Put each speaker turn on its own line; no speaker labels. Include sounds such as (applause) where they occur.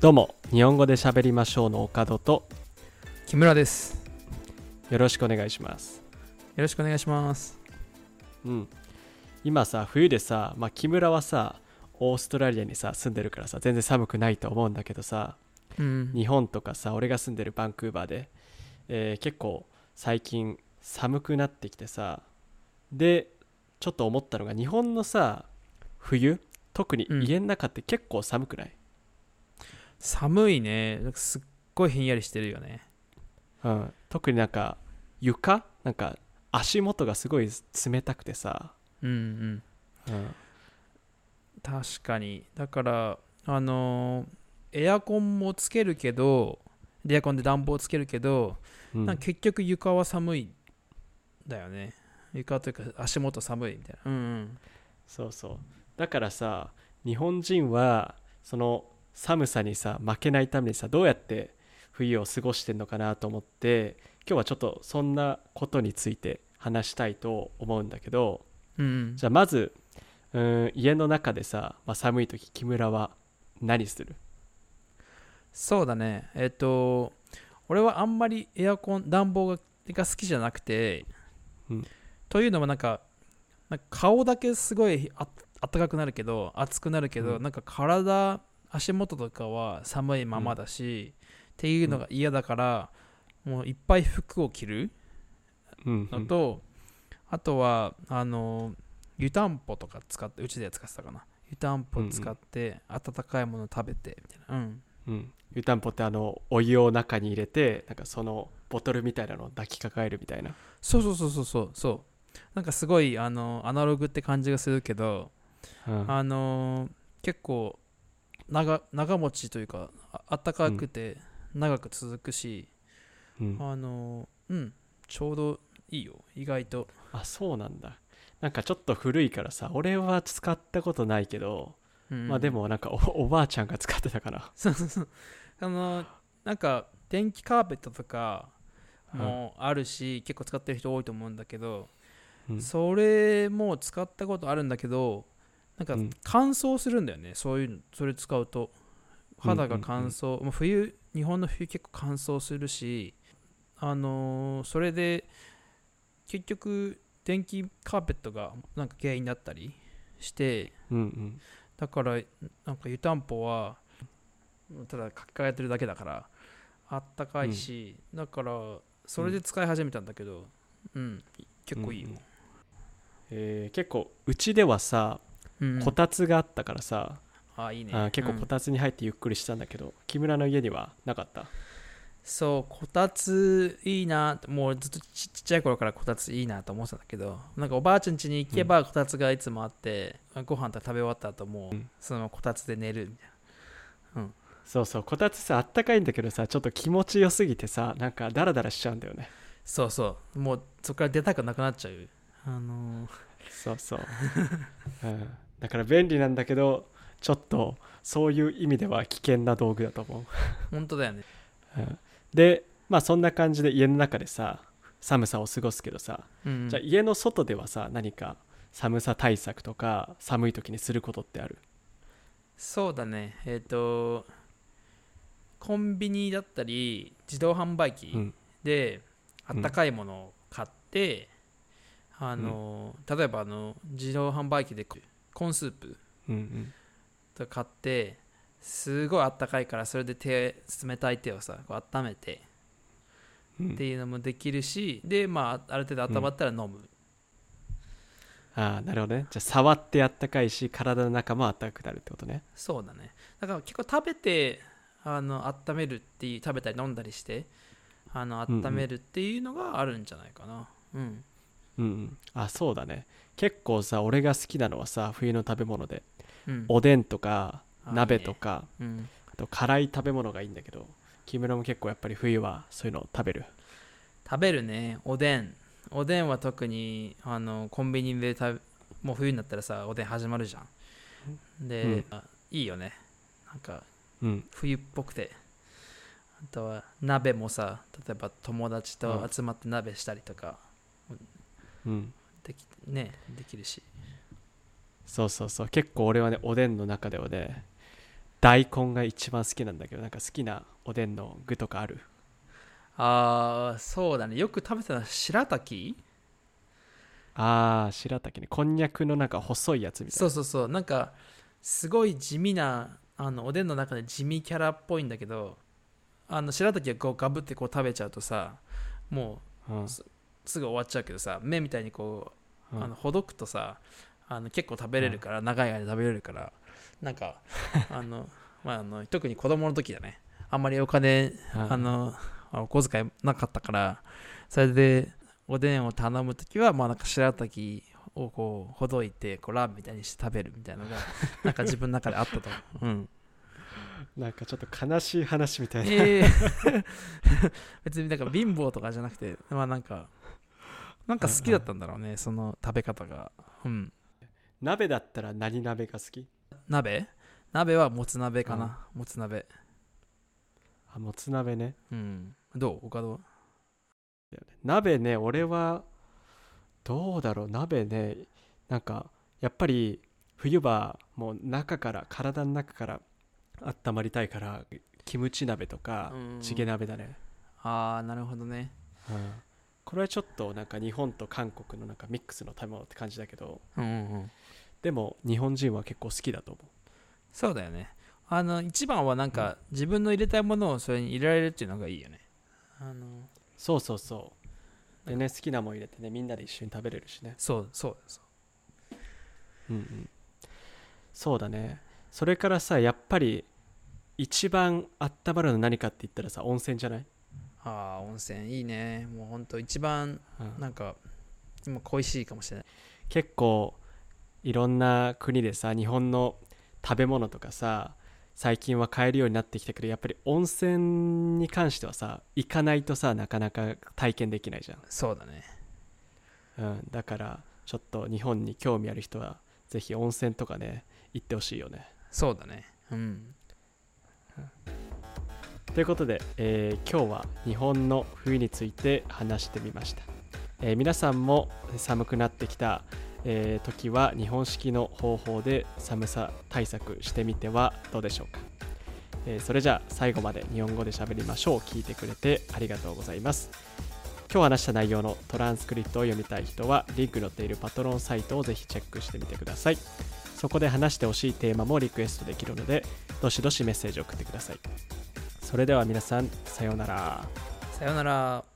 どうも日本語で喋りましょうの岡戸と
木村です。
よろしくお願いします
よろしくお願いします。
うん今さ冬でさ、まあ、木村はさオーストラリアにさ住んでるからさ全然寒くないと思うんだけどさ
うん。
日本とかさ俺が住んでるバンクーバーで、えー結構最近寒くなってきてさでちょっと思ったのが日本のさ冬特に
うん
家の中って結構寒くない、
寒いね。なんかすっごいひんやりしてるよね。
うん特になんか床なんか足元がすごい冷たくてさ、
うんうん。
うん、
確かに。だから、あのーエアコンもつけるけど、エアコンで暖房つけるけど、
うん
なんか結局床は寒いんだよね。床というか足元寒いみたいな。うんうん。
そうそうだからさ日本人はその寒さにさ負けないためにさどうやって冬を過ごしてんのかなと思って今日はちょっとそんなことについて話したいと思うんだけど
うんうん、
じゃあまずうーん家の中でさ、まあ、寒い時木村は何する
そうだね。えっ、と、俺はあんまりエアコン、暖房がが好きじゃなくて、
うん
というのもなんか、なんか顔だけすごいああったかくなるけど、暑くなるけど、
うん
なんか体、足元とかは寒いままだし、っていうのが嫌だから、もういっぱい服を着る
うんう
の
ん
と、あとは、あの、湯たんぽとか使って、うちで使ってたかな。湯たんぽ使って、温かいもの食べて、みたいな。うん。
うん湯たんぽってあのお湯を中に入れてなんかそのボトルみたいなのを抱きかかえるみたいな
そうそうそうそうそうそうなんかすごいあのアナログって感じがするけど、
うん
あのー結構長長持ちというかああったかくて長く続くし、
うん
あのーうんちょうどいいよ意外と
あそうなんだなんかちょっと古いからさ俺は使ったことないけど、
うん
まあでもなんかおおばあちゃんが使ってたから
そうそうそうあのーなんか電気カーペットとかもあるし、結構使ってる人多いと思うんだけど、
うん
それも使ったことあるんだけどなんか
うん
乾燥するんだよね、そういうのそれ使うと肌が乾燥、もう冬日本の冬結構乾燥するしあのーそれで結局電気カーペットがなんか原因だったりして
うんうん
だからなんか湯たんぽはただかきかえてるだけだからあったかいし、だからそれで使い始めたんだけどうん、結構いいよ、
うんうんえー結構うちではさ
うんうん
こたつがあったからさ、
あいいね
あー結構
うん
こたつに入ってゆっくりしたんだけど、木村の家にはなかった
そうこたついいなってもうずっとちちっちゃい頃からこたついいなと思ってたんだけどなんかおばあちゃん家に行けばこたつがいつもあって、ご飯とか食べ終わった後もう
うん
そのままこたつで寝るみたい
そうそうこたつさあったかいんだけどさちょっと気持ちよすぎてさなんかダラダラしちゃうんだよね
なそうそうもうそこから出たくなくなっちゃうあ
(laughs)
のー
そうそう、
(laughs)
うん、だから便利なんだけどちょっとそういう意味では危険な道具だと思う
本当だよね
うんでまあそんな感じで家の中でさ寒さを過ごすけどさ、
うん
じゃあ家の外ではさ何か寒さ対策とか寒い時にすることってある
そうだねえっ、とコンビニだったり自動販売機、
うん
であ
うん
ったかいものを買って、あの例えばあの自動販売機でココーンスープ
うん
とか買ってすごいあったかいからそれで手冷たい手をさこう温めて
うんう
っ
ん
ていうのもできるしでまあある程度温まったら飲む、
ああなるほどねじゃあ触ってあったかいし体の中もあったかくなるってことね
そうだねだから結構食べてあの温めるっていう食べたり飲んだりしてあ
う
の
んうん
温めるっていうのがあるんじゃないかなうん
うん、うん、あそうだね結構さ俺が好きなのはさ冬の食べ物で
うん
おでんとか
あ
鍋とか
うん
あと辛い食べ物がいいんだけど木村も結構やっぱり冬はそういうのを食べる
食べるねおでんおでんは特にあのコンビニで食べもう冬になったらさおでん始まるじゃんで、
うん
あいいよねなんか
うん
冬っぽくてあとは鍋もさ例えば友達と集まって鍋したりとか
うん
でき,、ね、できるし
そうそうそう結構俺はねおでんの中ではね大根が一番好きなんだけどなんか好きなおでんの具とかある
ああそうだねよく食べてたのは白滝
あー白滝ねこんにゃくのなんか細いやつみたい
そ
な
うそうそうなんかすごい地味なあのおでんの中で地味キャラっぽいんだけどあの白滝がこうガブってこう食べちゃうとさも
うん
うすぐ終わっちゃうけどさ目みたいにこう、
うん
あのほどくとさあの結構食べれるから、長い間食べれるからなん
(laughs)
かあの、まあ、あの特に子供の時だねあんまりお金
うん
あのあお小遣いなかったからそれでおでんを頼む時はまあなんか白滝をこうほどいてこうラーメンみたいにして食べるみたいな (laughs) のがなんか自分の中であったと思う、うん、
なんかちょっと悲しい話みたいな、 (laughs)
ええ (laughs) 別になんか貧乏とかじゃなくてまあなんかなんか好きだったんだろうねその食べ方が、うん、
鍋だったら何鍋が好き
鍋鍋はもつ鍋かな、もつ鍋
あもつ鍋ね
うんどう岡戸
鍋ね俺はどうだろう鍋ねなんかやっぱり冬はもう中から体の中から温まりたいからキムチ鍋とか
うん
チゲ鍋だね、
ああなるほどね
うんこれはちょっとなんか日本と韓国のなんかミックスの食べ物って感じだけど
うんうんうん
でも日本人は結構好きだと思
そうだよねあの一番はなんか自分の入れたいものをそれに入れられるっていうのがいいよねあの
うそうそうそうでね好きなもん入れてねみんなで一緒に食べれるしね
そうそうそう
うんうん、そうだねそれからさやっぱり一番温まるの何かって言ったらさ温泉じゃない、
ああ温泉いいねもうほんと一番
うん
なんか今恋しいかもしれない
結構いろんな国でさ日本の食べ物とかさ最近は買えるようになってきたけどやっぱり温泉に関してはさ行かないとさなかなか体験できないじ
そうだね
ゃん、うん、だからちょっと日本に興味ある人はぜひ温泉とかね行ってほしいよね
そうだねうん
ということで、えー今日は日本の冬について話してみました、えー皆さんも寒くなってきた、えー時は日本式の方法で寒さ対策してみてはどうでしょうか、えーそれじゃあ最後まで日本語で喋りましょう聞いてくれてありがとうございます今日話した内容のトランスクリプトを読みたい人はリンクに載っているパトロンサイトをぜひチェックしてみてくださいそこで話してほしいテーマもリクエストできるのでどしどしメッセージを送ってくださいそれでは皆さんさようなら。
さようなら